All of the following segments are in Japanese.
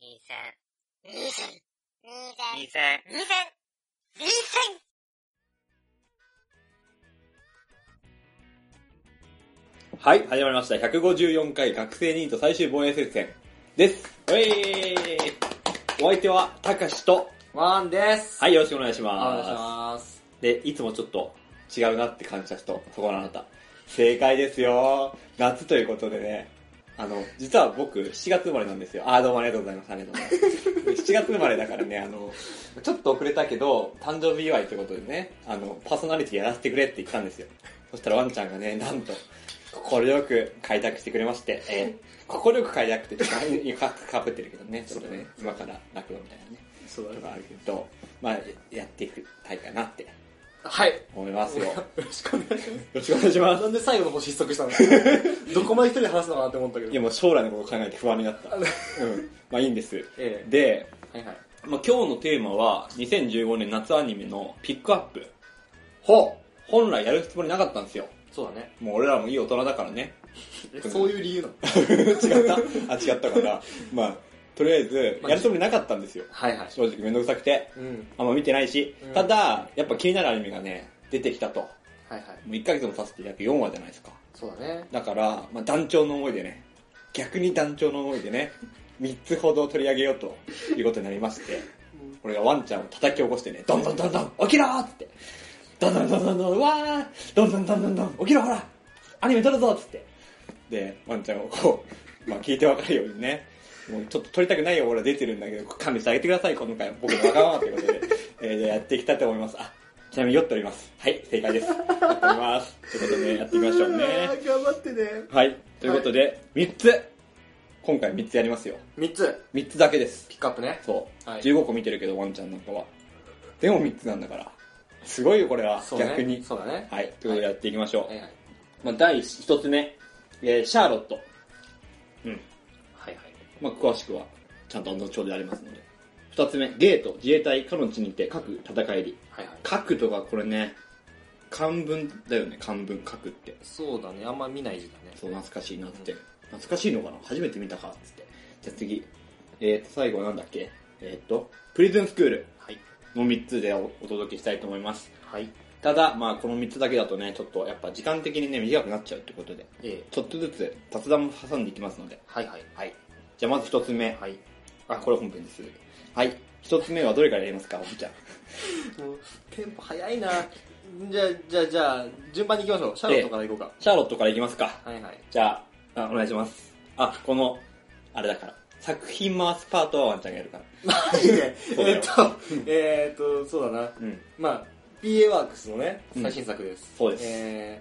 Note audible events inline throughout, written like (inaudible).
二千。二千。二千。二千。二千。二千。はい、始まりました。154回学生ニート最終防衛戦線です。おいお相手は、たかしと、ワンです。はい、よろしくお願いしおます。願いします。で、いつもちょっと違うなって感じた人、そこのあなた。正解ですよ。夏ということでね。あの、実は僕、7月生まれなんですよ。あー、どうもありがとうございます。ありがとうございます。7月生 (laughs) まれだからね、あの、ちょっと遅れたけど、誕生日祝いということでね、あの、パーソナリティやらせてくれって言ったんですよ。そしたらワンちゃんがね、なんと、快く開拓してくれまして、えー、快く開拓って、かかぶってるけどね、ちょっとね、今から泣くのみたいなね。そうとかあるけど、まあ、やっていきたいかなってはい。よ思います (laughs) よ。よろしくお願いしまろしくお願いします (laughs) 。なんで最後の方失速したの (laughs) どこまで一人で話すのかなって思ったけいや、ど。もう将来のこと考えて不安になった。うん。まあいいんです。えで、え。はいはい。まあ今日のテーマは、2015年夏アニメのピックアップ。ほう本来やるつもりなかったんですよ。そうだね。もう俺らもいい大人だからね。 (laughs) そういう理由なの違ったあ、違ったから。まあ、とりあえず、まあやるつもりなかったんですよ。はいはい。正直めんどくさくて。うん。あんま見てないしう。んただ、やっぱ気になるアニメがね、出てきたと。もはいはい。う1ヶ月も経つって約4話じゃないですか。そうだね。だから、まあ、団長の思いでね、逆に団長の思いでね、3つほど取り上げようということになりまして、俺がワンちゃんを叩き起こしてね、どんどんどんどん、起きろーっつって、どんどんどんどんどん、わーどんどんどんどんどん、起きろほらアニメ撮るぞっつって。で、ワンちゃんをこう、まあ聞いてわかるようにね、もうちょっと撮りたくないよ、俺は出てるんだけど、勘弁してあげてください、この回は。僕のわがままということで、えーじゃあやっていきたいと思います。あ、ちなみに酔っております。はい、正解です。酔っております。ということで、やってみましょうね。頑張ってね。はい。ということで、三3つ今回3つやりますよ。 3つ、 3つだけです。ピックアップね。そう。はい15個見てるけど、ワンちゃんなんかは。でも3つなんだから。すごいよ、これは。そうね逆に。そうだね。はい。ということでやっていきましょう。はいはい。まあ、第1つ目、えーシャーロット。うん。はいはい。まあ、詳しくは、ちゃんと後ほどやりますので。2つ目、ゲート、自衛隊、彼の地にて、核、戦いり。はいはい。核とか、これね、漢文だよね、漢文、核って。そうだね。あんま見ない字だね。そう、懐かしいなって。懐かしいのかな初めて見たかっつって。じゃあ次。えーと、最後なんだっけえーと、プリズンスクールはい。の3つでおお届けしたいと思います。はい。ただ、まあこの3つだけだとね、ちょっとやっぱ時間的にね、短くなっちゃうってことで、ええ。ちょっとずつ雑談も挟んでいきますので。はいはい。はい。じゃあまず1つ目。はい。あ、これ本編です。はい。1つ目はどれからやりますか、おじちゃん。もう、テンポ早いな。じゃあ、じゃあ、じゃあ、順番に行きましょう。シャロットから行こうシャーロットからいきますか。か。はいはい。じゃあ、あお願いします。あ、この、あれだから。作品回すパートはワンちゃんがやるから。 (laughs) いいねそうだよえーっと、えーっと、そうだな。うん。まあ、PA ワークスのね、うん最新作です。そうですえー、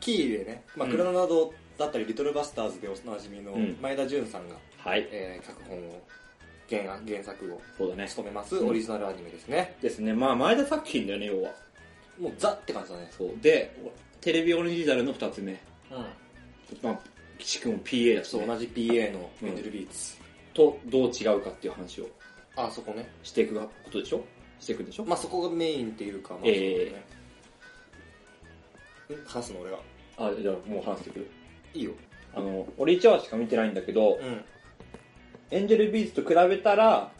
キーでね、まあ、うんグラナドだったり、リトルバスターズでおなじみのうん前田純さんが、はい。えー、脚本を、原案、原作をそうだね。務めますうんオリジナルアニメですね。ですね。まあ、前田作品だよね、要は。もうザって感じだね。そう。で、テレビオリジナルの二つ目。うん。まあ、岸君も PA だし、そう、ね、同じ PA のメンデルビーツ。とどう違うかっていう話をあ、そこね。していくことでしょしていくんでしょ、まあ、そこがメインっていうか、まあ、えそうだねん話すの俺が。あ、じゃあもう話してくる。いいよ。あの、俺1話しか見てないんだけど、うん。エンジェルビーズと比べたら、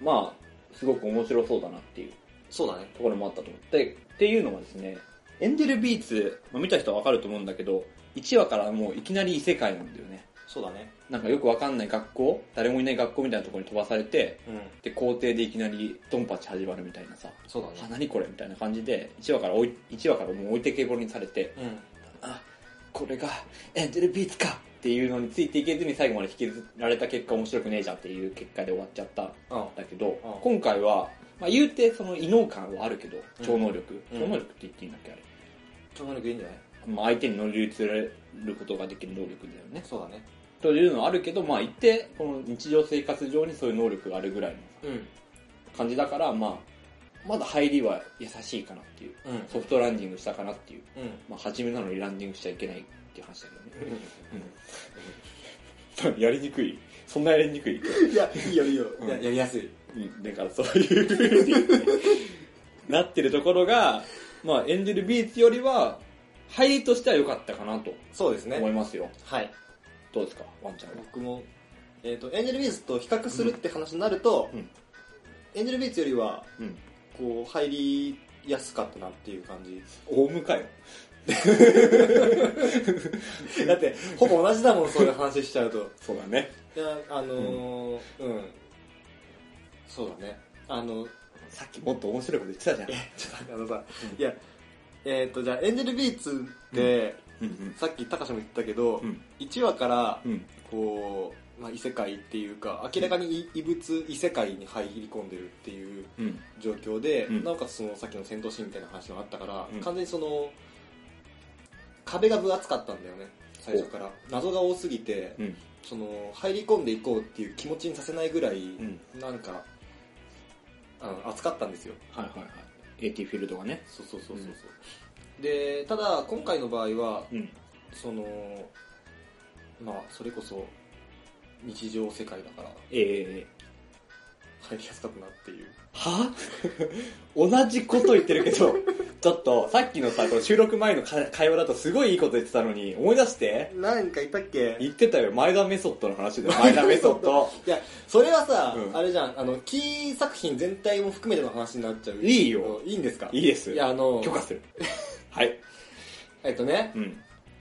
まあ、すごく面白そうだなっていうそうだね。ところもあったと思って、っていうのはですね、エンジェルビーツ、まあ、見た人はわかると思うんだけど、1話からもういきなり異世界なんだよね。そうだね。なんかよくわかんない学校誰もいない学校みたいなところに飛ばされて、うん。で、校庭でいきなりドンパチ始まるみたいなさ、そうだあ、ね。何これみたいな感じで、1話から置い、一話からもう置いてけぼりにされて、うん。あ、これがエンジェルビーツかっていうのについていけずに最後まで引きずられた結果面白くねえじゃんっていう結果で終わっちゃったんうん。だけどああ、今回は、まあ言うてその異能感はあるけど、うん超能力。うん超能力って言っていいんだっけあれ。超能力いいんじゃないまあ相手に乗り移れることができる能力だよね。そうだね。というのはあるけど、まあ、言って、この日常生活上にそういう能力があるぐらいのうん。感じだから、まあ、まだ入りは優しいかなっていう。うん。ソフトランディングしたかなっていう。うん。まあ、初めなのにランディングしちゃいけないっていう話だけどね。やりにくいそんなやりにくい、 (laughs) いや、いいよいいよ。うんややりやすい。うん、だからそういう風になってるところが、まあ、エンジェルビーツよりは、入りとしては良かったかなとそうですね思い。ますよ。はい。どうですか、ワンちゃんは。僕も、えっとエンジェルビーズと比較するって話になると、うんエンジェルビーズよりはうん。こう入りやすかったなっていう感 (laughs) じオウムかよ。だってほぼ同じだもんそういう話しちゃうとそうだね。いやあのーうん、そうだねあの (laughs) さっきもっと面白いこと言ってたじゃん。ちょっとあのさ、いやえっ、とじゃあエンジェルビーツって、うんさっき高橋も言ったけど、うん1話からうん。うん。こう、まあ、異世界っていうか明らかに異異物異世界に入り込んでるっていううん。状況で、うんなおかつそのさっきの戦闘シーンみたいな話もあったから、うん完全にその壁が分厚かったんだよね最初から謎が多すぎて、うん。その入り込んでいこうっていう気持ちにさせないぐらい、うん。なんかあの熱かったんですよはいはいはい。AT フィールドがね。そうそうそうそうそう、でただ今回の場合はうん。そのまあそれこそ日常世界だからえー。入りやすかったなっていうは (laughs) 同じこと言ってるけど、 (laughs) ちょっと、さっきのさ、この収録前のか会話だとすごいいいこと言ってたのに、思い出してなんかいたっけ言ってたよ、前田メソッドの話 (laughs) だよ、前田メソッド。いやそれはさ、うんあれじゃんあのキー作品全体も含めての話になっちゃういいよいいんですかいいです。いやあの許可する。はい。えっとねうん。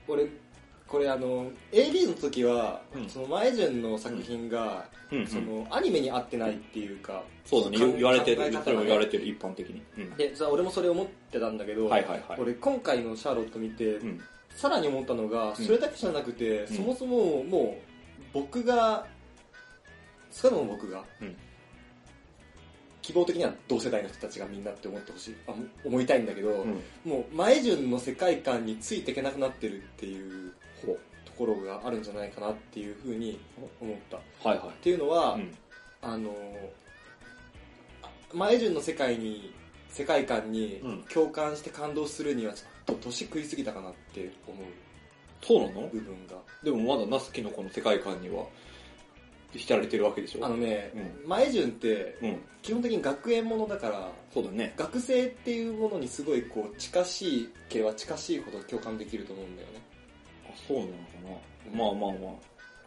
俺これあの AB の時は、うんその前順の作品が、うんうんそのアニメに合ってないっていうかそうだね、考言え言われて考える、方がねそれも言われてる、一般的に。うん。でさ俺もそれ思ってたんだけど、はいはいはい俺今回の「シャーロット」見て、うん。さらに思ったのがうんそれだけじゃなくて、んそもそももう僕が少なくとも僕が、うん希望的には同世代の人たちがみんなって思ってほしいあ思いたいんだけど、うん。もう前順の世界観についていけなくなってるっていうほところがあるんじゃないかなっていうふうに思った。っう。はいはていうのは、い。うん。あのあ前順の世界に世界観にうん共感して感動するにはちょっと年食いすぎたかなって思うそうなの部分がでもまだナスキのこの世界観には、浸れてるわけでしょあのね、う前順ってうん。基本的に学園ものだからそうだね。学生っていうものにすごいこう近しい系は近しいほど共感できると思うんだよねあ、そうなのかな。まあまあまあ、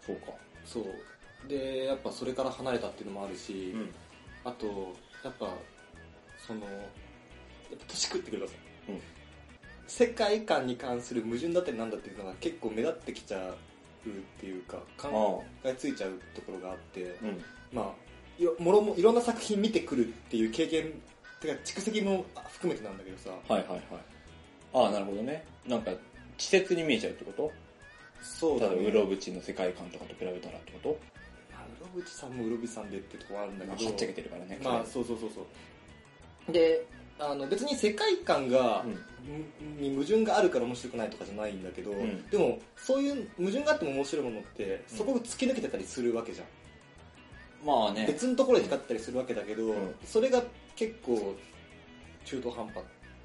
そうか。そうでやっぱそれから離れたっていうのもあるし、うん。あとやっぱそのやっぱ年食ってくるからさ、うん世界観に関する矛盾だってなんだっていうのが結構目立ってきちゃうっていうかあ考あ。えついちゃうところがあって、うん。まあいろもろもいろんな作品見てくるっていう経験てか蓄積も含めてなんだけどさはいはいはい。ああ、なるほどね。なんか、稚拙に見えちゃうってことそただ、うウろロブチの世界観とかと比べたらってことぶちさんもうろぶちさんでってとこはあるんだまあけはどっちゃけてるからね。まあそうそうそうそうであの別に世界観が、むに矛盾があるから面白くないとかじゃないんだけど、んでもそういう矛盾があっても面白いものってそこを突き抜けてたりするわけじゃん、まあね。別のところで光ったりするわけだけど、んそれが結構中途半端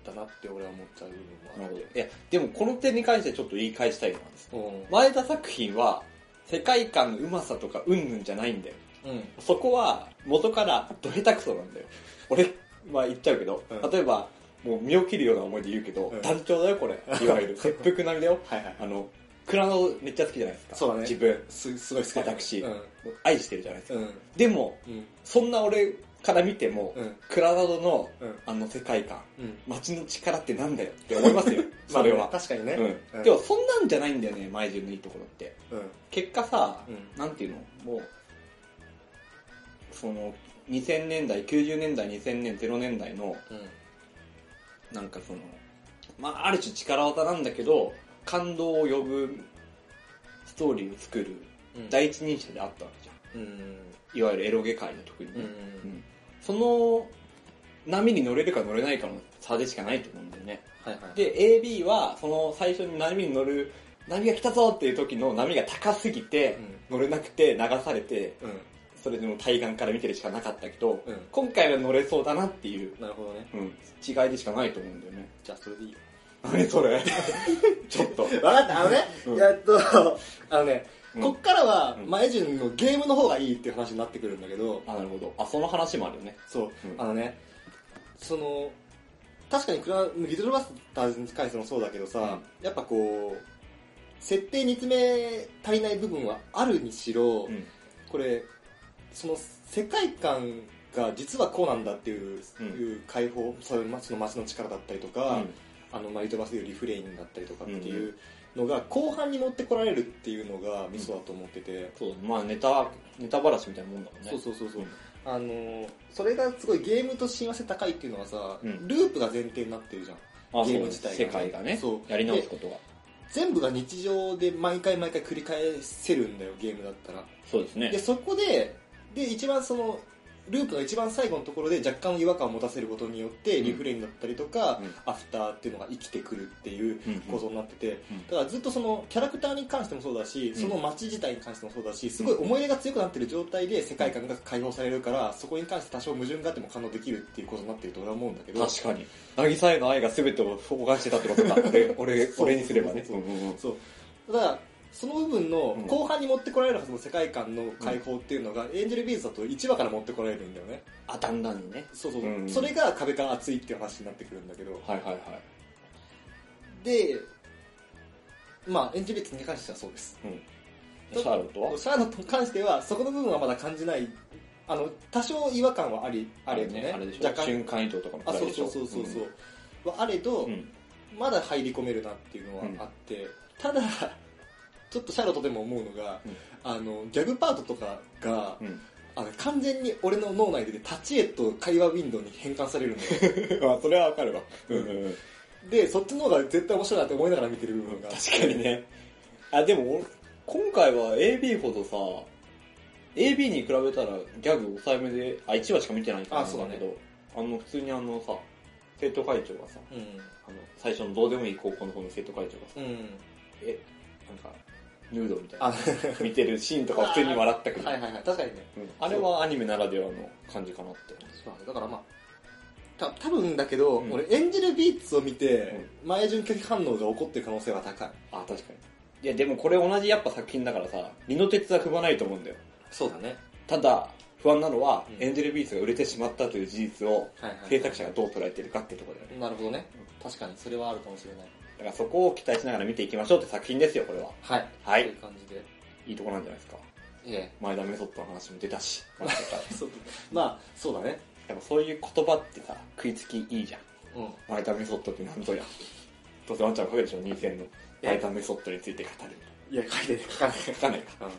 だなって俺は思っちゃう部分なもあるほっど。いてや、でもこの点に関してちょっと言い返したいのはですね。うん前田作品は、世界観のうまさとかうんぬんじゃないんだよ。うんそこは、元からど下手くそなんだよ。俺、まあ言っちゃうけど、うん例えば、もう身を切るような思いで言うけど、うん団長だよ、これ。いわゆ (laughs) る、切腹並みだよ。はいはいあの、クラノめっちゃ好きじゃないですか。そうだね自分。すすごい好き私うん愛してるじゃないですか。うんでも、うんそんな俺から見ても、うんクラナドのうんあの世界観、うん街の力ってなんだよって思い (laughs) ますよ、それまあは。確かにねうん。でもそんなんじゃないんだよね、前順のいいところって。うん結果さ、うんなんていうのもう、その、2000年代、90年代、2000年、0年代の、うんなんかその、まあ、ある種力技なんだけど、感動を呼ぶストーリーを作るうん第一人者であったわけじゃん。うんいわゆるエロゲ界の特にね。うんうんその波に乗れるか乗れないかの差でしかないと思うんだよね。はいはいで、AB はその最初に波に乗る、波が来たぞっていう時の波が高すぎて、乗れなくて流されて、うんそれでも対岸から見てるしかなかったけど、うん今回は乗れそうだなっていう、なるほどねうん、違いでしかないと思うんだよね。 (laughs) じゃあそれでいいよ何それ (laughs) ちょっと。分かったあのねうんやっとあのねうんこっからはうん前順のゲームの方がいいっていう話になってくるんだけどあ、なるほど。あ、その話もあるよね。そううんあのねその確かにクラリトルバスターズに関してもそうだけどさやっぱこう設定に詰め足りない部分はあるにしろうん。ここれその世界観が実はこうなんだっていう,、うんいう解放そういう街の街の力だったりとか、あのマリトバスでいうリフレインだったりとかっていうのが後半に持ってこられるっていうのがミソだと思ってて、そうまあネタネタばらしみたいなもんだもんねそうそうそうそううんあのそれがすごいゲームと親和性高いっていうのはさ、うんループが前提になってるじゃんあそうゲーム自体がね世界がねそうやり直すことが全部が日常で毎回毎回繰り返せるんだよゲームだったらそうですねでそこでで一番そのループの一番最後のところで若干違和感を持たせることによってうんリフレインだったりとか、うんアフターっていうのが生きてくるっていううんうん構造になってて、うんだからずっとそのキャラクターに関してもそうだし、んその街自体に関してもそうだしすごい思い入れが強くなってる状態で世界観が解放されるからそこに関して多少矛盾があっても可能できるっていうことになってると俺は思うんだけど確かに渚への愛が全てを崩壊してたってこと (laughs) か俺俺そう俺にすればねそううんうんうんそうただその部分のうん後半に持ってこられるはずの世界観の解放っていうのが、エンジェルビーズだと1話から持ってこられるんだよねあだんだんにねそうそう、うんそれが壁が厚いっていう話になってくるんだけどはいはいはいでまあエンジェルビーズに関してはそうですシャーロットはシャーロットに関してはそこの部分はまだ感じないあの多少違和感はありあれよねあれでしょ若干瞬間移動とかもあらそいうでしそょうそうそうそう、はあれど、うんうんまだ入り込めるなっていうのはあって、ただ、ちょっとシャロとでも思うのが、うんあの、ギャグパートとかが、うんあの完全に俺の脳内で立ち絵と会話ウィンドウに変換されるん (laughs) だよ。あそれはわかるわうんうんうんで、そっちの方が絶対面白いなって思いながら見てる部分が。確かにねあでも俺今回は AB ほどさ AB に比べたらギャグ抑えめであ1話しか見てないからあそうなんだねだけどあの普通にあのさ生徒会長がさうあの最初のどうでもいい高校の方の生徒会長がさん。うん。えなんかヌードみたいあ、 (laughs) な (laughs) は見てるシーンとか普通に笑ったけいど、はいはい。確かにね。うんあれはアニメならではの感じかなってそうなんだ。だからまあ、た多分だけど、うん俺エンジェルビーツを見て、前順拒否反応が起こってる可能性は高い。あ確かにいやでもこれ同じやっぱ作品だからさ二の鉄は踏まないと思うんだよそうだね。ただ不安なのは、うんエンジェルビーツが売れてしまったという事実をはいはいはい制作者がどう捉えてるかってところだよねなるほどね。確かに、それはあるかもしれない。だからそこを期待しながら見ていきましょうって作品ですよこれははい。はいという感じで。いいとこなんじゃないですかえ前田メソッドの話も出たし (laughs) まあなんかえ。そうまあ、そうだね。でもそういう言葉ってさ食いつきいいじゃんうん。前田メソッドってなんぞやどうせワンちゃんも書くでしょ2000のえ前田メソッドについて語るいや、書いて書かない。書かないか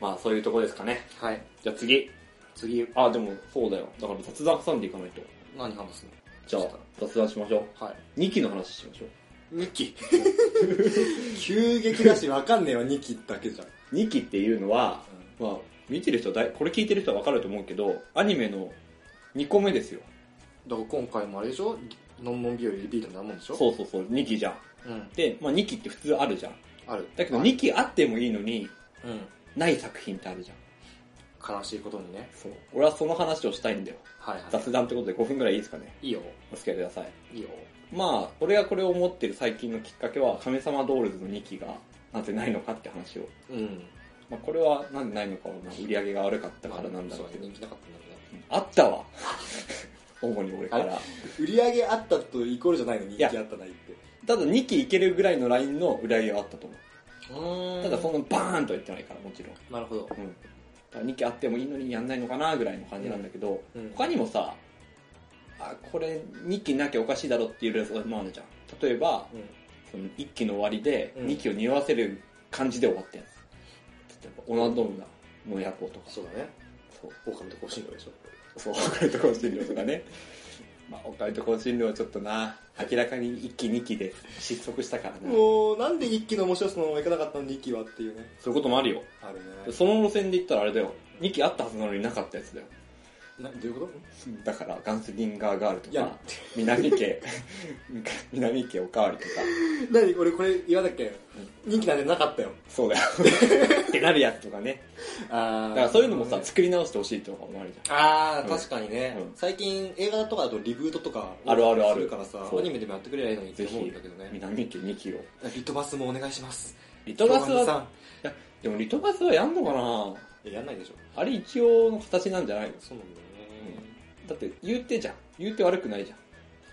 まあそういうとこですかねはい。じゃあ次次、あでもそうだよだから雑談挟んでいかないと何話すじゃあ雑談しましょのはう2期の話しましょうい。2期。 (laughs) 急激だし、わかんねえわ、2期だけじゃん。 2期っていうのは、まあ、見てる人はだい、これ聞いてる人は分かると思うけど、アニメの2個目ですよ。だから今回もあれでしょノンノン日和リピートになるもんでしょそうそうそう、2期じゃん。う。うん。で、まあ2期って普通あるじゃん。ある。だけど2期あってもいいのに、うん。ない作品ってあるじゃん。悲しいことにね。そう。俺はその話をしたいんだよ。はいは雑談ってことで5分くらいいいですかね。い。いいよ。お付き合いください。いいよ。まあ、俺がこれを思ってる最近のきっかけは、神様ドールズの2期が、なぜないのかって話を。うん。まあ、これはなんでないのかは、まあ売り上げが悪かったからなんだろうけそど。人気なかったんだろうね。あったわ。 (laughs) 主に俺から。売り上げあったとイコールじゃないの、人気あったないって。ただ2期いけるぐらいのラインの売り上げはあったと思う。うーんただそんなバーンとは言ってないから、もちろん。なるほど。うん。だから2期あってもいいのにやんないのかなぐらいの感じなんだけど、うん他にもさ、あ、これ2期なきゃおかしいだろっていうやつもあるじゃん。例えば、うん。その1期の終わりでうん2期を匂わせる感じで終わったやつ。例えば、オナドームの夜行とか。そうだね。そう。狼と香辛料でしょ。そう、オカルト香辛料とかね。まあ、オカルト香辛料はちょっとな、明らかに1期2期で失速したからな。もう、なんで一期の面白さのままいかなかったのに、二期はっていうね。そういうこともあるよ。あるね。その路線で言ったらあれだよ。2期あったはずなのになかったやつだよ。などういうこだから、ガンスリンガーガールといやか、南家、 (laughs) 南家おかわりとか、と何俺これ言わなきゃ。人気なんてなかったよ。そう (laughs) だよ。ってなるやつとかね。あだからそういうのもさ、作り直してほしいとかもあるじあうー、ん確かにねうん。最近映画とかだとリブートとか、あるあるあるすからさ、そうアニメでもやってくれりゃいいのにゃん。っぜてひ思うんだけど、ね。南家2期を。リトバスもお願いします。リトバスさは、ん。でもリトバスはやんのかないや、やんないでしょ。あれ一応の形なんじゃないのそうなんだよね。だって言ってじゃん。言って悪くないじゃん。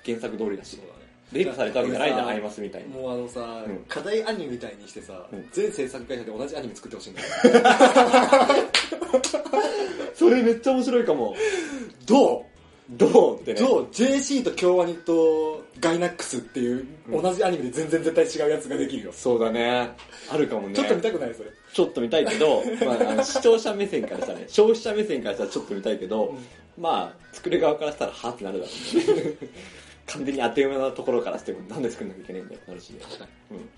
原作通りだそしう。だね。レイプされたわけじゃないじゃん、俺アさイマスみたいに。もうあのさ、うん課題アニメみたいにしてさ、うん全制作会社で同じアニメ作ってほしいんだよ。それめっちゃ面白いかも。どうどうってね。どう JC と京アニとガイナックスっていううん同じアニメで全然絶対違うやつができるよ、そうだね。あるかもね。ちょっと見たくないそれちょっと見たいけど、 (laughs) まあ、あの視聴者目線からしたらね、消費者目線からしたらちょっと見たいけど、まあ、作る側からしたら、はぁってなるだろう (laughs) ね、完全に当て馬なところからしても、なんで作んなきゃいけないんだよってなるしね。確かにうん。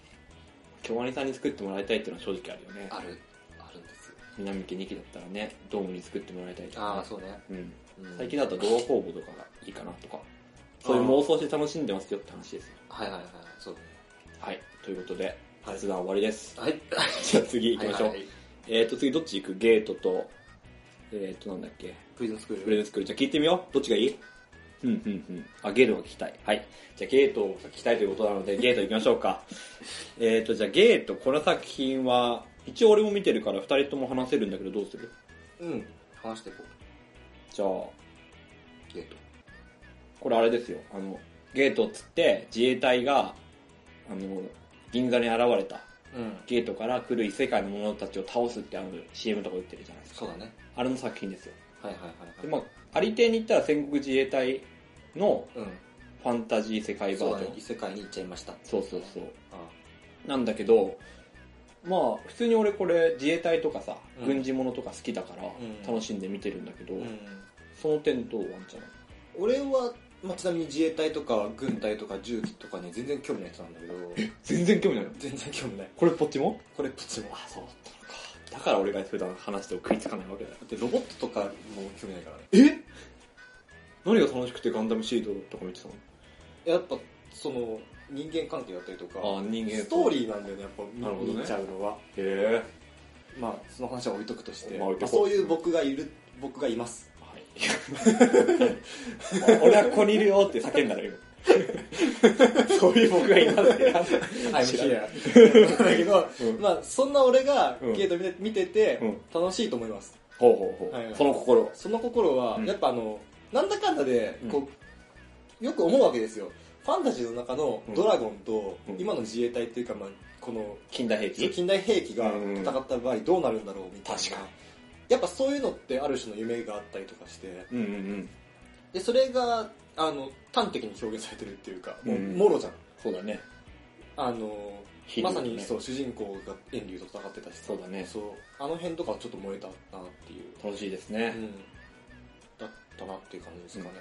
京アニさんに作ってもらいたいっていうのは正直あるよね。あるあるんですよ南家2期だったらね、ドームに作ってもらいたいとか、ね。ああそうね、うん。うん最近だと動画工房とかがいいかなとか、そういう妄想して楽しんでますよって話ですよ。はいはいはいそうねはい。ということで、はい発談終わりです。はいじゃあ次行きましょう。はいはいえーと、次どっち行くゲートと、えーと、なんだっけ、プリズンスクーブレルードスクール。じゃあ聞いてみよう。どっちがいいうんうんうん。あ、ゲートが聞きたい。はい。じゃあゲートを聞きたいということなの (laughs) で、ゲート行きましょうか。えーと、じゃあゲート、この作品は、一応俺も見てるから二人とも話せるんだけど、どうするうん話していこじゃあ、うゲートこれあれですよ。あの、ゲートっつって自衛隊が、あの、銀座に現れたうんゲートから来る異世界の者たちを倒すってあの CM とか売ってるじゃないですか。そうだねあれの作品ですよ。はいはいはでいまあ、ありていに言ったら戦国自衛隊のはいファンタジー世う界んバーそうだジョねン異世界に行っちゃいましたそうそうそうあなんだけどまあ普通に俺これ自衛隊とかさ、うん軍事ものとか好きだからん楽しんで見てるんだけど、あその点どうワンちゃん俺は、まあ、ちなみに自衛隊とか軍隊とか銃器とかね全然興味ない人なんだけど全然興味ないの全然興味ないこれっぽっちもこれプチもあそうだったのかだから俺が普段話しても食いつかないわけだよだってロボットとかも興味ないからねえ何が楽しくてガンダムシードとか見てたのやっぱその人間関係だったりとかあ人間ストーーリーなんだよねやっぱ見なるほどね見ちゃうのはへえまあその話は置いとくとして、まあ置いとまあこうそういう僕がいる僕がいますはい (laughs) 俺はここにいるよって叫んだ (laughs) らよそういう僕がいますってなんだよ I'm 知ら here (laughs) だけど、うんまあそんな俺がうんゲート見て見ててうん楽しいと思います、ほうほうほう、はいはいその心その心はうんやっぱあの、なんだかんだでこうよく思うわけですよファンタジーの中のドラゴンとうん今の自衛隊っていうか、まあ、この近代兵器近代兵器がうん戦った場合どうなるんだろうみたいな、確かにやっぱそういうのってある種の夢があったりとかしてうんうんうんでそれがあの端的に表現されてるっていうか、もううんもろじゃんそうだねあのひどまいねさにそう主人公が遠竜と戦ってたしそうだねそうあの辺とかはちょっと燃えたなっていう、楽しいですうね、ん、だったなっていう感じですかね、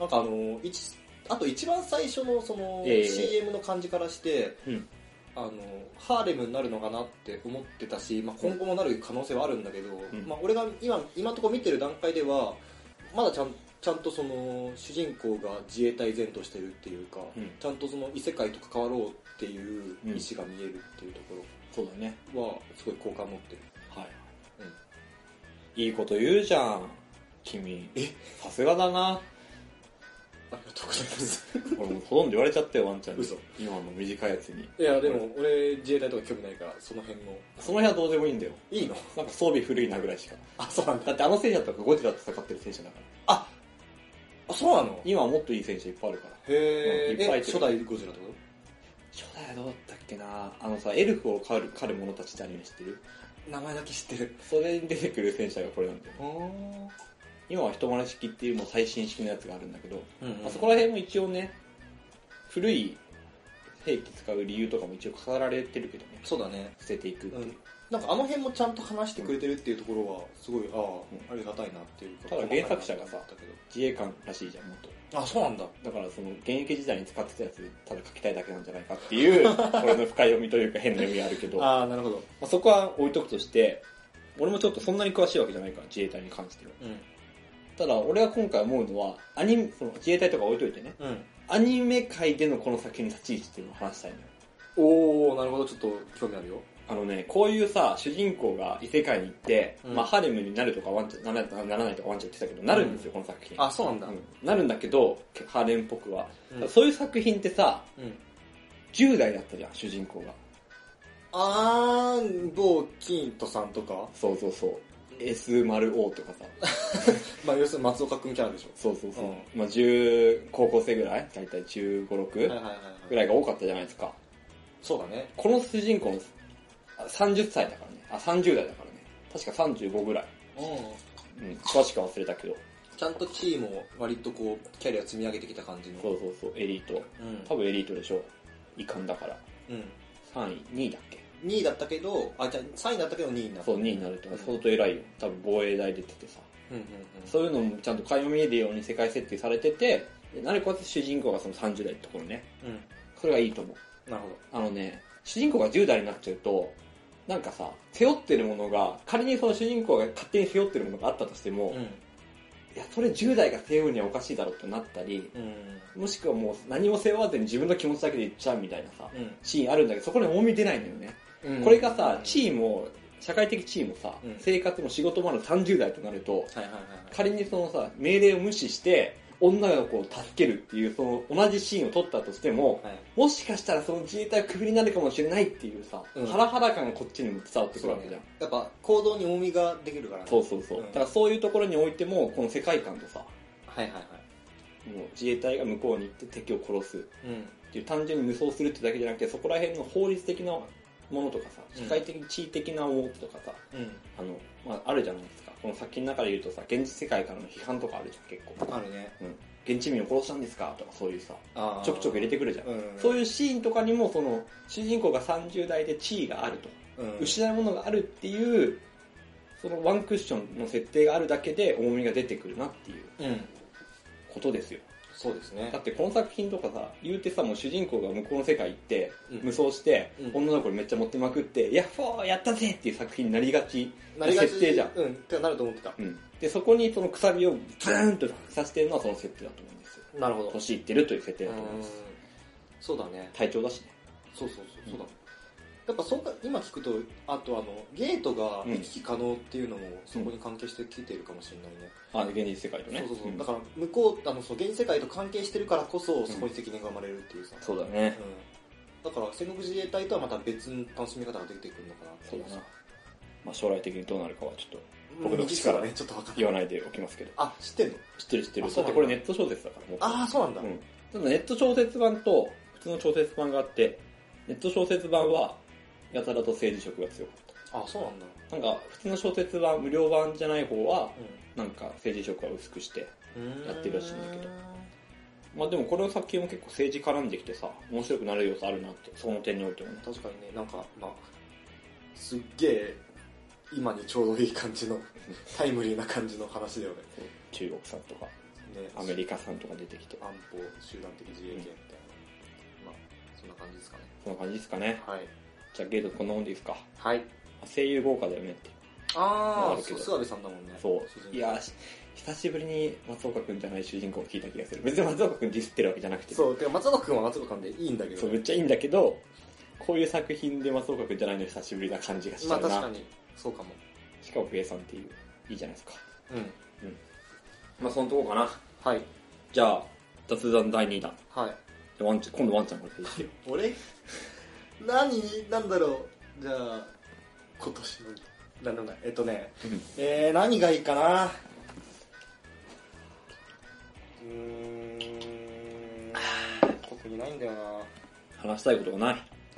なんかあの一あと一番最初のそのええ CM の感じからして、うんあのハーレムになるのかなって思ってたし、まあ、今後もなる可能性はあるんだけど、んまあ、俺が今今のところ見てる段階ではまだちゃんちゃんとその主人公が自衛隊前としてるっていうか、うんちゃんとその異世界と関わろうっていう意うん思が見えるっていうとこそうだねろはすごい好感持ってる、はい、うんいいこと言うじゃん君えさすがだなありがとうございます俺もうほとんど言われちゃったよワンちゃんに嘘今の短いやつにいやでも俺自衛隊とか興味ないからその辺のその辺はどうでもいいんだよいいの (laughs) なんか装備古いなぐらいしかあそうなんだってあの戦車とかゴジラと戦ってる戦車だからああそうなのへ今はもっといい戦車いっぱいあるからえうんいっぱい入えってる初代ゴジラってこ初代はどうだったっけなあのさエルフを狩る狩る者たちってアニメ知ってると名前だけ知ってるそれに出てくる戦車がこれなんだよねあー今は人丸式っていうもう最新式のやつがあるんだけど、うんうんまあ、そこら辺も一応ね古い兵器使う理由とかも一応語られてるけどねそうだね捨てていくっていう、うんなんかあの辺もちゃんと話してくれてるっていうところはすごいああ、ありがたいなっていうかただ原作者がさ細かいなと思っ自衛官らしいじゃんもっとたけどあそうなんだだからその現役時代に使ってたやつただ書きたいだけなんじゃないかっていう (laughs) 俺の深読みというか変な読みあるけどまああなるほどあ、そこは置いとくとして俺もちょっとそんなに詳しいわけじゃないから自衛隊に関してはうんただ俺が今回思うのはアニメその自衛隊とか置いといてねうんアニメ界でのこの作品の立ち位置っていうのを話したいのよおおなるほどちょっと興味あるよあのね、こういうさ、主人公が異世界に行って、うんまあハレムになるとかワンちゃん、ならならないとかワンちゃん言ってたけど、なるんですよ、この作品。あそうなんだうんなるんだけど、ハーレムっぽくは。うんただそういう作品ってさ、うん10代だったじゃん、主人公が。あー某キントさんとかそうそうそう。S0O とかさ。まあ要するに松岡君キャラでしょそうそうそう。うんまあ10、高校生ぐらいだいたい15、6はいぐらいが多かったじゃないですか。そうだねこの主人公のあ30歳だからね。あ、30代だからね。確か35ぐらい。うん、詳しくは忘れたけどちゃんと地位も割とこうキャリア積み上げてきた感じのそうそうそうエリートうん多分エリートでしょ遺憾だからうん、 3位2位だっけ2位だったけどあじゃあ3位だったけど2位になったそう2位になるってのは相当偉いよ多分防衛大出ててさうんうんそういうのもちゃんと垣間見えるように世界設定されててでなるかつ主人公がその30代ってところねうん、うん、それがいいと思うなるほどあのね、主人公が10代になっちゃうと、なんかさ、背負ってるものが、仮にその主人公が勝手に背負ってるものがあったとしても、いうんや、それ10代が背負うにはおかしいだろうってなったり、うんもしくはもう何も背負わずに自分の気持ちだけでいっちゃうみたいなさ、うんシーンあるんだけど、そこに重み出ないんだよね。うんこれがさ、位地位も、社会的地位もさ、うん生活も仕事もある30代となると、はいはいはいはい仮にそのさ、命令を無視して、女の子を助けるっていう、その同じシーンを撮ったとしても、はいもしかしたらその自衛隊はクビになるかもしれないっていうさ、うんハラハラ感がこっちにも伝わってくるわけじゃん。やっぱ行動に重みができるからねそうそうそう。うんだからそういうところにおいても、この世界観とさ、もはいはいはう自衛隊が向こうに行って敵を殺すっいうんていう単純に無双するってだけじゃなくて、そこら辺の法律的なものとかさ、うん社会的地位的な思とかさ、うんあの、まあ、あるじゃないですか。この作品の中で言うとさ、現実世界からの批判とかあるじゃん、結構。あるねうん。現地民を殺したんですかとかそういうさ、あーちょくちょく入れてくるじゃん。うんそういうシーンとかにも、その、主人公が30代で地位があると。うん失うものがあるっていうそのワンクッションの設定があるだけで重みが出てくるなっていううんことですよそうですねだってこの作品とかさ言うてさもう主人公が向こうの世界行ってうん無双して、うん女の子にめっちゃ持ってまくって「ヤッホーやったぜ!」っていう作品になりがちなりがち設定じゃんうんってなると思ってたうんでそこにそのくさびをブーンとさせてるのはその設定だと思うんですよなるほど年いってるという設定うだと思うんんですそうだね体調だしねそうそうそうそうだ、やっぱそうか今聞くとあとあのゲートが行き来可能っていうのもそこに関係してきているかもしれないね、あ現実世界とねそうそうそう、んだから向こうあのそう現実世界と関係してるからこそそこに責任が生まれるっていうさ、そうだねうんだから戦国自衛隊とはまた別の楽しみ方が出てくるのかなってそいううだな、まあ、将来的にどうなるかはちょっと僕僕のの口口かかららねちょっと分かんない言わないでおきますけどあ知ってんの知ってる知ってある。そだってうなんだこれネット小説だからもう。ああそうなんだ、うん。ただネット小説版と普通の小説版があって、ネット小説版はやたらと政治色が強かっあそうなんだた。なんか普通の小説版、無料版じゃない方は、なんか政治色は薄くして。うんやってるらしいんだけどまあでもこの作品も結構政治絡んできてさ、面白くなる要素あるなって、その点においてもね。確かにねなんかまあすっげえ今にちょうどいい感じ (laughs) のタイムリーな感じの話だよね中国さんとか、ねアメリカさんとか出てきて、安保集団的自衛権みたいな、まあそんな感じですかねそんな感じですかね。はいじゃあゲートこんなもんでいいですか。はいあ声優豪華だよねって。あああるけそどう諏訪部さんだもんねそう。いや、し久しぶりに松岡くんじゃない主人公を聞いた気がする。別に松岡くんディスってるわけじゃなくて。そうてか松岡君は松岡君でいいんだけそどうめっちゃいいんだけど、こういう作品で松岡くんじゃないの久しぶりな感じがしちまゃあうな。確かにそうかもしかも上さんっていう、いいじゃないですか。うんまあそのとこかな。はいじゃあ、雑談第2弾。はいでワンちゃん今度ワンちゃんから言ってよ。俺 (laughs) 何なんだろうじゃあ今年のなんだろうなえっとねえー、何がいいかなうーん特にないんだよ話したいことがない。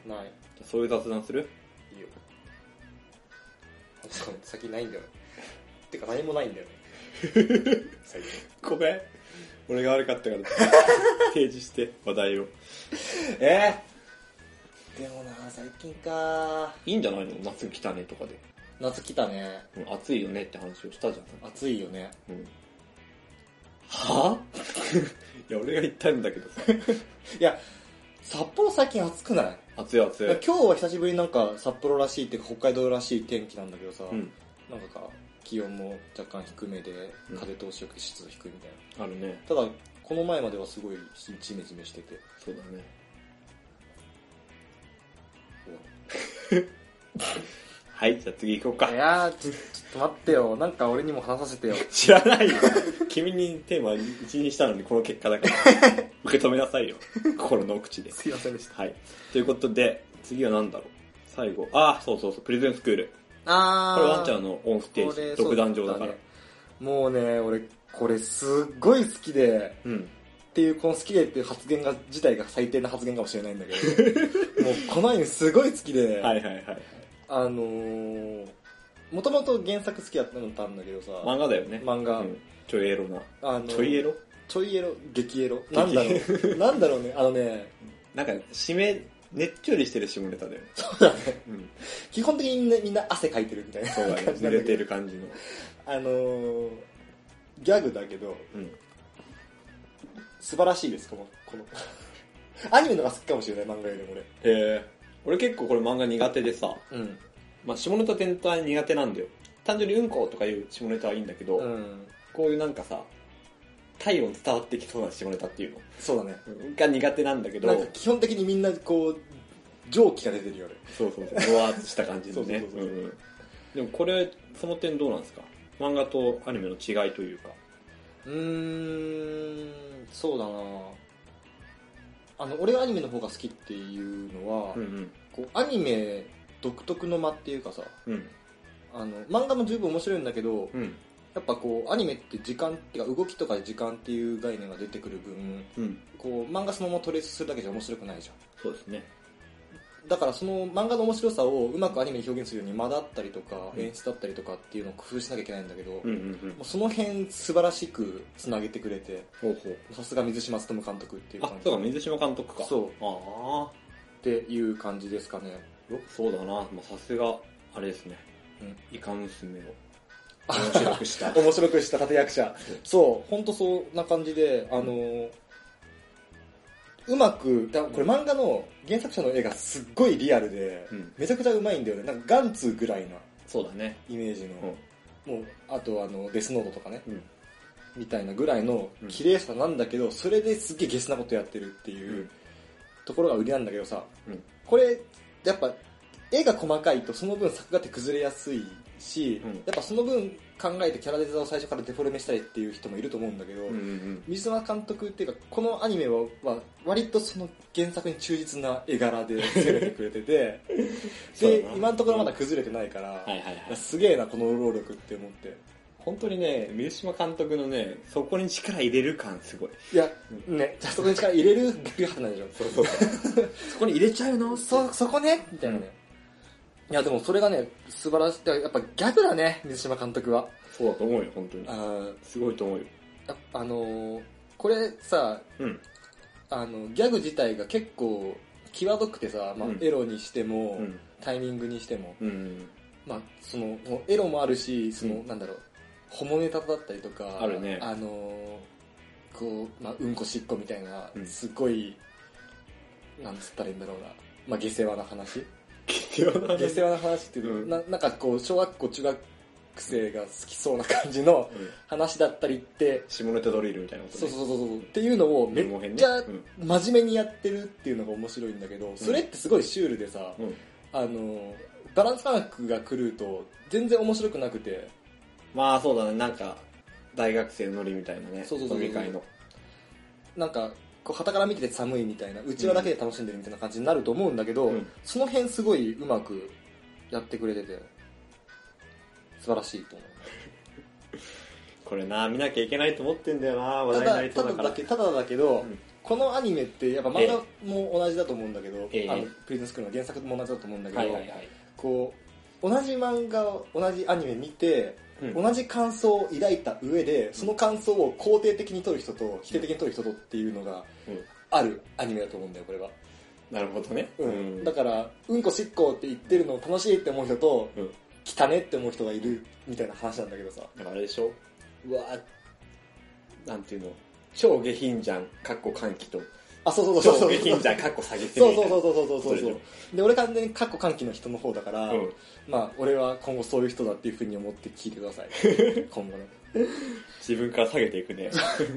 なないそういう雑談するいいよ確かに先ないんだよてか何もないんだよ最近ごめん。俺が悪かったから、提示して話題を。えー、でもな最近かいいんじゃないの夏来たねとかで。夏来たねうん暑いよねって話をしたじゃん。暑いよねうんは (laughs) ぁいや、俺が言ったんだけどさ。いや札幌最近暑くない暑い暑い。今日は久しぶりになんか札幌らしいっていうか北海道らしい天気なんだけどさ、うん。なんか気温も若干低めでうん風通しよくて湿度低いみたいな、あるね。ただこの前まではすごいジメジメしててそうだね。 (laughs) はい、じゃあ次行こうか。やーちょっと待ってよなんか俺にも話させてよ知らないよ。君にテーマ1にしたのにこの結果だ (laughs) から。受け止めなさいよ。心の奥地で。すいませんでしたはい。ということで、次は何だろう。最後。ああ、そうそうそう、プリズンスクール。あこれワンちゃんのオンステこれージ、独壇場だから。そうねもうね俺これすっごい好きでうん。っていうこの好きでっていう発言が自体が最低な発言かもしれないんだ (laughs) けどもうこのアニメすごい好きで、はいはいはい。あのー、もともと原作好きだったのってあるんだけどさ漫画だよね漫画うんちょいエロなあのちょいエロちょいエロ激エロ激なんだろうなんだろうねあのねなんか締めねっちょりしてる下ネタだよねうん基本的にみんなみんな汗かいてるみたいなそうだね感じ濡なんだれけどてる感じ (laughs) のあのーギャグだけどうん素晴らしいですこのこのアニメの方が好きかもしれない漫画よりもへえ俺結構これ漫画苦手でさ俺うんまあ下ネタ全体苦手なんだよ単純にうんことかいう下ネタはいいんだけど、うんこういうなんかさ体温伝わってきそうな下ネタっていうのそうだねが苦手なんだけどなんか基本的にみんなこう蒸気が出てるよねそうそうそうぼわーっとした感じの (laughs) ねそうそうそうそううんうんでもこれその点どうなんですか漫画とアニメの違いというかうーんそうだなあの俺がアニメの方が好きっていうのは、んこうアニメ独特の間っていうかさうんうんあの漫画も十分面白いんだけどうんやっぱこうアニメって時間っていうか動きとか時間っていう概念が出てくる分うんこう漫画そのままトレースするだけじゃ面白くないじゃんそうですねだからその漫画の面白さをうまくアニメに表現するように間だったりとかうん演出だったりとかっていうのを工夫しなきゃいけないんだけど、うんもうんうんうその辺素晴らしくつなげてくれてほうほうさすが水島努監督っていうあ感じそうか水島監督かそうあっていう感じですかねあよくそうだなまあさすがあれですねうんイカ娘を面白く (laughs) した面白くした立役者そう本当そんな感じであのーうまくだこれ漫画の原作者の絵がすっごいリアルで、うんめちゃくちゃうまいんだよねなんかガンツーぐらいなそうだねイメージの、うんもうあとあのデスノートとかねうんみたいなぐらいのうん綺麗さなんだけど、それですげえゲスなことやってるっていう、うんところが売りなんだけどさ、うんこれやっぱ絵が細かいとその分作画って崩れやすいし、うんやっぱその分考えてキャラデザを最初からデフォルメしたりっていう人もいると思うんだけど、うんうん水島監督っていうかこのアニメは、まあ、割とその原作に忠実な絵柄で攻めてくれ (laughs) ててそうだでな今のところまだ崩れてないから、はいはいはいすげえなこの労力って思って本当にね水島監督のねそこに力入れる感すごいいやねじゃあそこに力入れるっていう話なんでしょそうそう (laughs) そこに入れちゃうのそ、そこねみたいなね。いや、でもそれがね、素晴らしい。やっぱギャグだね、水島監督は。そうだと思うよ本当にあーすごいと思うよやあのーこれさ、うんあの、ギャグ自体が結構、際どくてさ、まあうん、エロにしても、うんタイミングにしても、 (laughs) うんまあ、その、もうエロもあるし、その、うんなんだろう、ホモネタだったりとか、あるねあのーこう、まあ、うんこしっこみたいなう、んすごい、なんつったらいいんだろうな、まあ、下世話 (laughs) な話。下世話だね下世話の話っていううんの、ななんかこう小学校中学生が好きそうな感じのうん話だったりって、下ネタドリルみたいなことそうねそうそうそうっていうのをめメモ編っねちゃうん真面目にやってるっていうのが面白いんだけど、それってすごいシュールでさ、うんあのバランス感覚が狂うと全然面白くなくてまあそうだねなんか大学生のノリみたいなねそうそうそうそう飲み会のなんかこう傍から見てて寒いみたいなうちわだけで楽しんでるみたいな感じになると思うんだけど、うんその辺すごいうまくやってくれてて素晴らしいと思う。これな見なきゃいけないと思ってんだよな話題たになだりそたうだかだらだけただだけど、うんこのアニメってやっぱ漫画も同じだと思うんだけど、ええあのプリズンスクールの原作も同じだと思うんだけど、はいはいはいこう同じ漫画を同じアニメ見て、うん同じ感想を抱いた上でその感想を肯定的に取る人と否定的に取る人とっていうのがうんあるアニメだと思うんだよこれは、なるほどねうんうんだからうんこしっこって言ってるのを楽しいって思う人と、うん汚ねって思う人がいるみたいな話なんだけどさだからあれでしょうわなんていうの超下品じゃんかっこ歓喜とあそうそうそうそう超下品じゃんかっこ下げてそうるみそうたいそなうそうそうそうそそううで俺完全に過去歓喜の人の方だから、うんまあ俺は今後そういう人だっていうふうに思って聞いてくだ (laughs) さい今後ね自分から下げていく (laughs) ね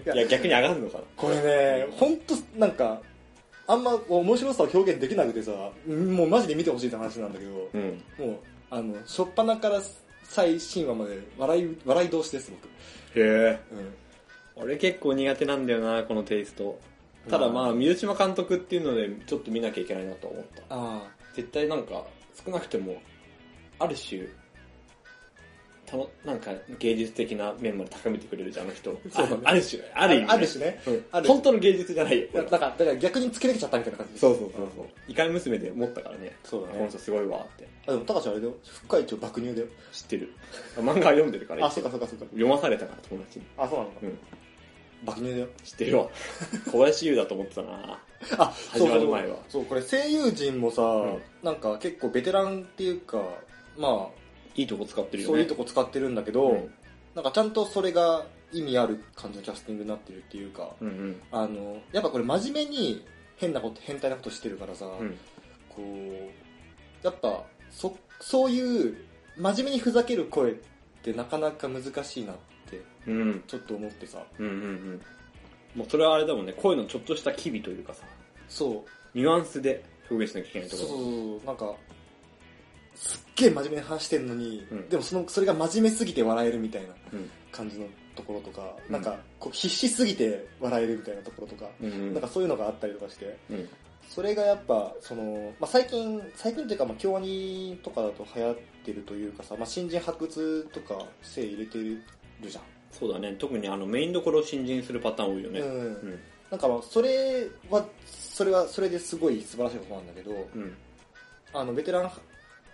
いやや逆に上がるのかなこれね本当なんかあんま面白さを表現できなくてさもうマジで見てほしいって話なんだけど、うんもうあの初っ端から最新話まで笑い笑い同士ですへえ僕、うん、俺結構苦手なんだよなこのテイストただまあ水島監督っていうのでちょっと見なきゃいけないなと思ったあ絶対なんか少なくてもある種たのなんか芸術的な面まで高めてくれるじゃんあの人そうだねあある種ある意味、ある種ねうんある種本当の芸術じゃないよだからだから逆につけてきちゃったみたいな感じそうそうそうそう異界娘で思ったからねそうだねこの人すごいわってあでも高橋あれだよ副会長爆乳だよ知ってるあ漫画読んでるからあそうかそうかそうか読まされたから友達にあそうなのかうん爆乳だよ知ってる (laughs) わ小林優だと思ってたなあ始まる前はそうそうそうそうこれ声優陣もさ、うんなんか結構ベテランっていうかまいいとこ使ってあるよねそういうとこ使ってるんだけど、うんなんかちゃんとそれが意味ある感じのキャスティングになってるっていうか、うんうんあのやっぱこれ真面目に変なこと変態なことしてるからさ、うんこうやっぱそそういう真面目にふざける声ってなかなか難しいなってうんちょっと思ってさうんうんうんもうそれはあれだもんね声のちょっとした機微というかさそうニュアンスで表現しなきゃいけないそとうこそうろそうなんかすっげえ真面目に話してんのに、うんでもそのそれが真面目すぎて笑えるみたいなうん感じのところとか、うんなんかこう必死すぎて笑えるみたいなところとか、うんうんなんかそういうのがあったりとかしてうんそれがやっぱその、まあ、最近最近というかまあ京アニとかだと流行ってるというかさ、まあ、新人発掘とか精入れてるじゃん、そうだね特にあのメインどころを新人するパターン多いよねうんうんなんかまあそれはそれはそれですごい素晴らしいことなんだけど、うんあのベテラン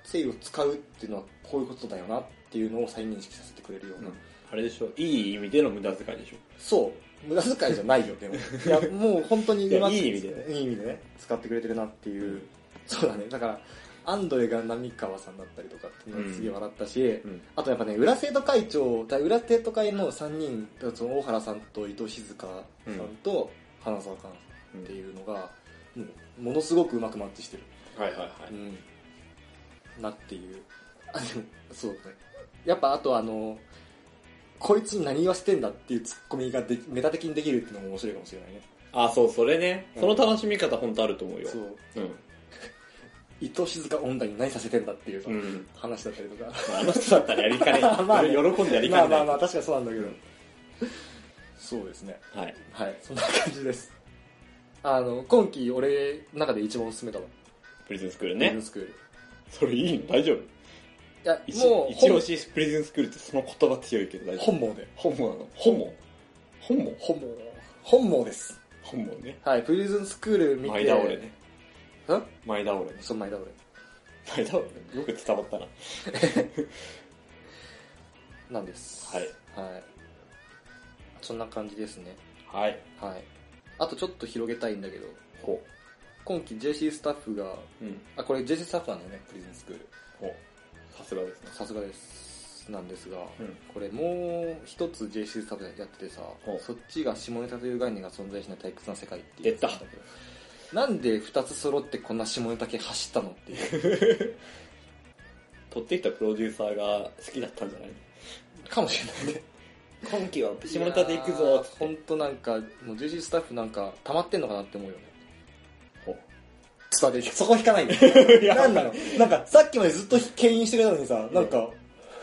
声優を使うっていうのはこういうことだよなっていうのを再認識させてくれるような、うんあれでしょいい意味での無駄遣いでしょそう無駄遣いじゃないよ (laughs) でもいやもう本当にいやうまくいい意味でねいい意味でね使ってくれてるなっていう、そうだねだからアンドレが浪川さんだったりとかっていうのはすげえ笑ったし、うんあとやっぱね裏生徒会長だ裏生徒会の3人その大原さんと伊藤静香さんと花澤香菜さんっていうのが、もうものすごくうまくマッチしてるはいはいはうん、なっていうあでもそうねやっぱあとあのこいつに何言わせてんだっていうツッコミができメタ的にできるっていうのも面白いかもしれないねあそうそれねうんその楽しみ方本当あると思うよそううん伊藤静香音大に何させてんだっていうさ、うん話だったりと (laughs) かまああの人だったらやりかね (laughs) まあね喜んでやりまかあねまなあいまあ確かにそうなんだけど、そうですねはいはいそんな感じですあの今期俺の中で一番おすすめだわプリズンスクールプリねズンスクールそれいいの大丈夫いや一もう一押しプリズンスクールってその言葉強いけど大丈夫本本望で本望なの本望本望本望本望です本望ねはいプリズンスクール見て前倒れねん前倒れねその前だ俺前倒れねよく伝わったななんですはいはいそんな感じですねはいはいあとちょっと広げたいんだけどほ今期 JC スタッフがううんあこれ JC スタッフなんだよねプリズンスクールほうさすがですねさすがですなんですが、うんこれもう一つ JC スタッフやっててさほうそっちが下ネタという概念が存在しない退屈な世界っていう出たやつなんだけどなんで二つ揃ってこんな下ネタ系走ったのっていう取ってきたプロデューサーが好きだったんじゃない (laughs) かもしれないね今期は下ネタで行くぞっつって本当なんかもう JC スタッフなんか溜まってんのかなって思うよねほうちょっと待って、そこ引か (laughs) ないで。いやなんだろう。なんか、さっきまでずっと牽引してるのにさ、なんか、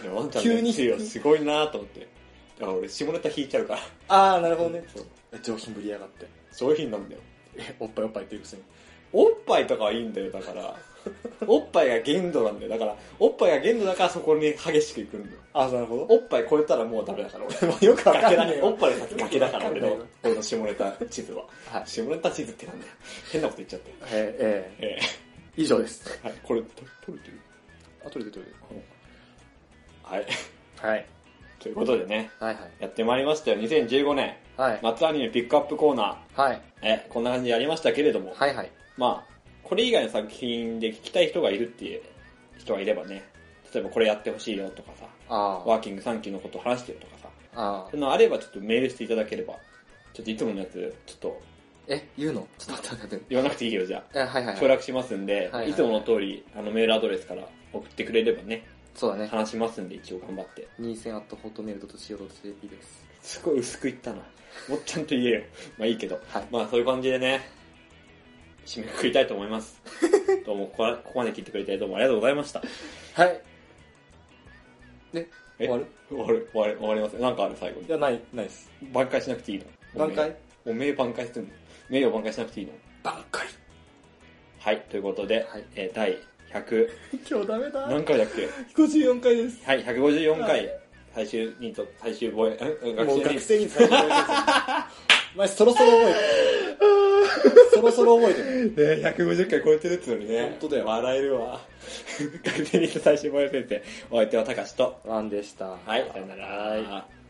いやワンちゃん急急にによすごいなと思ってだから俺下ネタ引いちゃうからあー、なるほどね。そう上品ぶりやがって。商品なんだよえおっぱいおっぱいっていうくせに。おっぱいとかはいいんだよだから (laughs) おっぱいが限度なんだよだからおっぱいが限度だからそこに激しくいくんだよあー、なるほど。おっぱい超えたらもうダメだから俺 (laughs) はよくわかん崖だないねよ。おっぱいの先崖だから俺わのかんない俺の下ネタ地図ははい。下ネタ地図ってなんだよ変なこと言っちゃってえー、ええー、以上です。ー、はいこれと取れてるあ、取れてる取れはいてる。はい。ということでねはいやってまいりましたよ2015年はい。はい。夏アニメピックアップコーナーはい。えこんな感じでやりましたけれども、はいはい。まあこれ以外の作品で聞きたい人がいるっていう人がいればね例えばこれやってほしいよとかさあー。ワーキング3期のこと話してよとかさあそー。ういうのあればちょっとメールしていただければちょっといつものやつちょっとえ、言うのちょっと待って待って。言わなくていいよじゃえ、はいはあい省はい。略しますんで、はいはいいつもの通りあのメールアドレスから送ってくれればねそうだね。話しますんで一応頑張って2000アットホットメールドット CO.jp です。すごい薄くいったなもっちゃんと言えよ (laughs) まあいいけどはい。まあそういう感じでね、締めくくりたいと思い (laughs) ます。どうもここら、ここまで聞いてくれてどうもありがとうございました。はい。ね、え終わる終わる、終わる、終わります。なんかある最後にい。や、ない、ないです。挽回しなくていいの挽回おめえ挽回するの名誉挽回しなくていいの挽回はい、ということで、はいえー第100、今日ダメだ何回だっけ54回ですはい、154回、はい最終にと、最終防衛、んもう生学生に最初に言われて (laughs) る前そろそろ覚えて (laughs) るそろそろ覚えてるね150回超えてるっつうのにね。本当だよ笑えるわ。 (laughs) 学生にと最終防衛先生、お相手はたかしと。ワンでしたはい、さよならら。